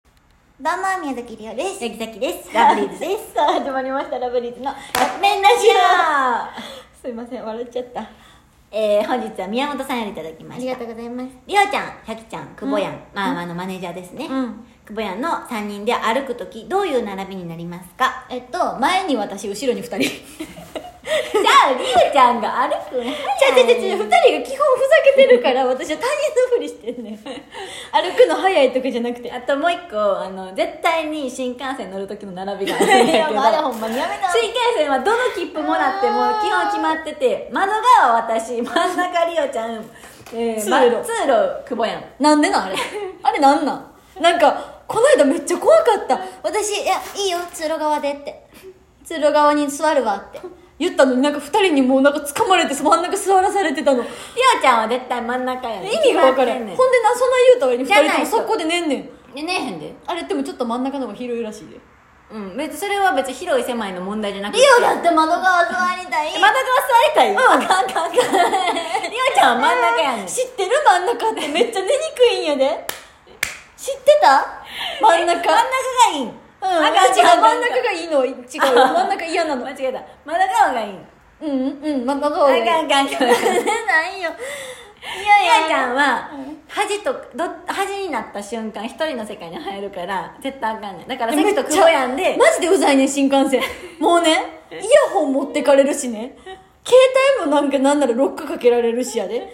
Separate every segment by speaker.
Speaker 1: どうも宮崎りおです
Speaker 2: ヤギザキです。ラブリーズです。
Speaker 1: すさあ始まりましたラブリーズの
Speaker 2: 百面ラジ
Speaker 1: すいません笑っちゃったあ
Speaker 2: オ。 えー、本日は宮本さんよりいただきま
Speaker 1: り
Speaker 2: し
Speaker 1: が
Speaker 2: た
Speaker 1: と。うございます
Speaker 2: りおちゃん、はきちゃん、くぼやん、まあ、まああのマネージャーですね。
Speaker 1: うん
Speaker 2: くぼやんの三人で歩くとき、どういう並びになりますか。
Speaker 1: えっと前に私後ろに二人ち
Speaker 2: じゃあ、りおちゃんが歩 く。
Speaker 1: ゃちゃちゃちゃ二人が基本ふざけてる から私は他人のふりしてんねん歩くの早いとかじゃなくて
Speaker 2: あともう一個、あの、絶対に新幹線乗る時の並びがあるん だ
Speaker 1: い
Speaker 2: けど。
Speaker 1: やもうあれほんまにやめな
Speaker 2: 新幹線はどの切符もらっても
Speaker 1: あー
Speaker 2: 基本決まってて窓側は私真ん中りおちゃん、えーま
Speaker 1: 通路
Speaker 2: 通路久保やん
Speaker 1: なんでなんあ れあれなんなんなんかこの間めっちゃ怖かった私「いやいいよ通路側で」って「通路側に座るわ」って言ったのになんか2人にもうなんか掴まれて真ん中座らされてたの
Speaker 2: りおちゃんは絶対真ん中やねん
Speaker 1: 意味が分からん
Speaker 2: 決まってね
Speaker 1: ほんでなそんな言うた割に
Speaker 2: じゃ
Speaker 1: 2人
Speaker 2: な
Speaker 1: と
Speaker 2: い
Speaker 1: も
Speaker 2: と
Speaker 1: そこで寝んねん
Speaker 2: でねえへんで
Speaker 1: あれでもちょっと真ん中の方が広いらしいで
Speaker 2: うん別にそれは別に広い狭いの問題じゃなくて
Speaker 1: リオだって窓側座りたい
Speaker 2: 真ん中は座りたいうんカンカンカンりおちゃんは真ん中やねん
Speaker 1: 知ってる真ん中ってめっちゃ寝にくいんやで知ってた真ん中
Speaker 2: 真ん中がいいん
Speaker 1: うん、
Speaker 2: あかん
Speaker 1: 違う
Speaker 2: あかん
Speaker 1: 真ん中がいいの違う真ん中嫌なの
Speaker 2: 間違えた真ん中がいいん
Speaker 1: うんうん真ん中
Speaker 2: あ
Speaker 1: は
Speaker 2: かんあ かんあかんあかん
Speaker 1: 出ないよい
Speaker 2: いやちゃんは
Speaker 1: うん
Speaker 2: 恥とど恥になった瞬間一人の世界に入るから絶対あかんねんだから
Speaker 1: め
Speaker 2: 関
Speaker 1: っちゃ
Speaker 2: と久保やんで
Speaker 1: マジでうざいねん新幹 線もうねイヤホン持ってかれるしね携帯もなんかなんならロックかけられるしやで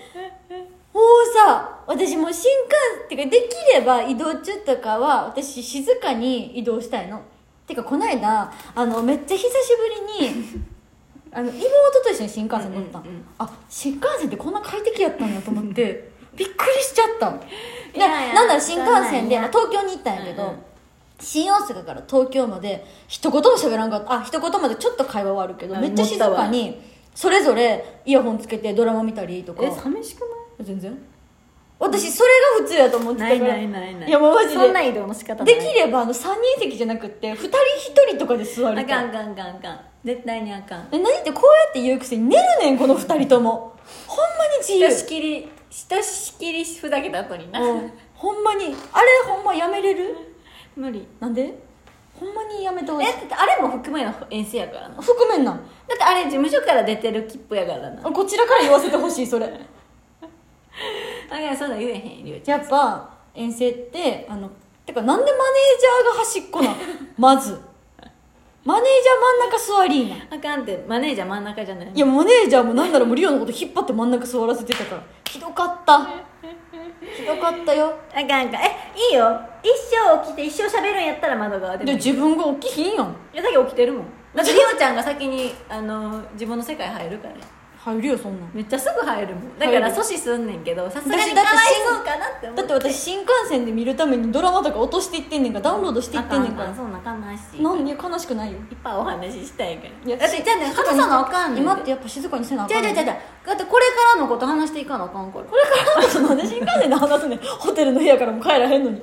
Speaker 1: もうさ私もう新幹線てかできれば移動中とかは私静かに移動したいのてかこの間あのめっちゃ久しぶり にあの妹と一緒に新幹線乗った、
Speaker 2: うんうんうん
Speaker 1: あ新幹線ってこんな快適やったんやと思ってびっくりしちゃったで
Speaker 2: いやいや
Speaker 1: なんなら新幹線で
Speaker 2: そんなんや
Speaker 1: 東京に行ったんやけど、
Speaker 2: うんうん
Speaker 1: 新大阪から東京まで一言も喋らんかったあ一言までちょっと会話はあるけど
Speaker 2: あ
Speaker 1: めっちゃ静かにそれぞれイヤホンつけてドラマ見たりとか
Speaker 2: 寂しく
Speaker 1: 全然私それが普通やと思ってた
Speaker 2: な
Speaker 1: か
Speaker 2: い
Speaker 1: ら
Speaker 2: ないないない
Speaker 1: いやもうマジで
Speaker 2: そんな移動の仕方ない
Speaker 1: できればあの3人席じゃなくって2人1人とかで座
Speaker 2: あ
Speaker 1: り
Speaker 2: か
Speaker 1: た
Speaker 2: んあ
Speaker 1: い
Speaker 2: かんあかんあかん絶対にあかん
Speaker 1: え何ってこうやって言うくせに寝るねんこの2人ともほんまに自
Speaker 2: ひ
Speaker 1: 由
Speaker 2: としきりひとしきりふざけた後にな
Speaker 1: うんほんまにあれほんまやめれる
Speaker 2: 無理
Speaker 1: なんでほんまにやめてほしい
Speaker 2: えだってあれも含めの遠征やからなだ
Speaker 1: 覆面なん
Speaker 2: ってあれ事務所から出てる切符やからな
Speaker 1: こちらから言わせてほしいそれ
Speaker 2: あいやそんなん言えへんりょうちゃん
Speaker 1: やっぱ遠征ってあのてかなんでマネージャーが端っこなん まずマネージャー真ん中座りーな
Speaker 2: あかんってマネージャー真ん中じゃない
Speaker 1: いやマネージャーもなんならもうリオのこと引っ張って真ん中座らせてたからひどかったひどかったよ
Speaker 2: あかんあかんえいいよ一生起きて一生喋るんやったら窓側でも
Speaker 1: で
Speaker 2: い
Speaker 1: 自分が起きひんやん
Speaker 2: やだけど起きてるもんだってりおちゃんが先にあの自分の世界入るから
Speaker 1: 入るよそんなん
Speaker 2: めっちゃすぐ入るもんだから
Speaker 1: 入
Speaker 2: 阻止すんねんけどさすがに
Speaker 1: 私
Speaker 2: か
Speaker 1: だって
Speaker 2: わい
Speaker 1: 新
Speaker 2: そうかなって思
Speaker 1: だって私新幹線で見るためにドラマとか落としていってんねんからダウンロードしていってんねんから
Speaker 2: あかあかそんなあかんないし
Speaker 1: なんで悲しくないよ
Speaker 2: いっぱいお話ししたいから
Speaker 1: いや
Speaker 2: だってじゃあね話さなあかんねん
Speaker 1: 今ってやっぱ静かにせなあ
Speaker 2: じゃ
Speaker 1: か
Speaker 2: あ
Speaker 1: ん
Speaker 2: じ
Speaker 1: ね
Speaker 2: ゃあ
Speaker 1: ん
Speaker 2: じゃあじゃあだってこれからのこと話していかなあかんからこれ
Speaker 1: これからのことなんで新幹線で話すねんホテルの部屋からも帰らへんのに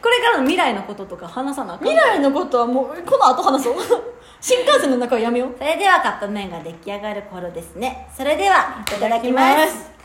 Speaker 2: からの未来のこととか話さなあかん
Speaker 1: 未来のことはもうこの後話そう 新幹線の中はやめよう
Speaker 2: それではカップ麺が出来上がる頃ですねそれではいただきます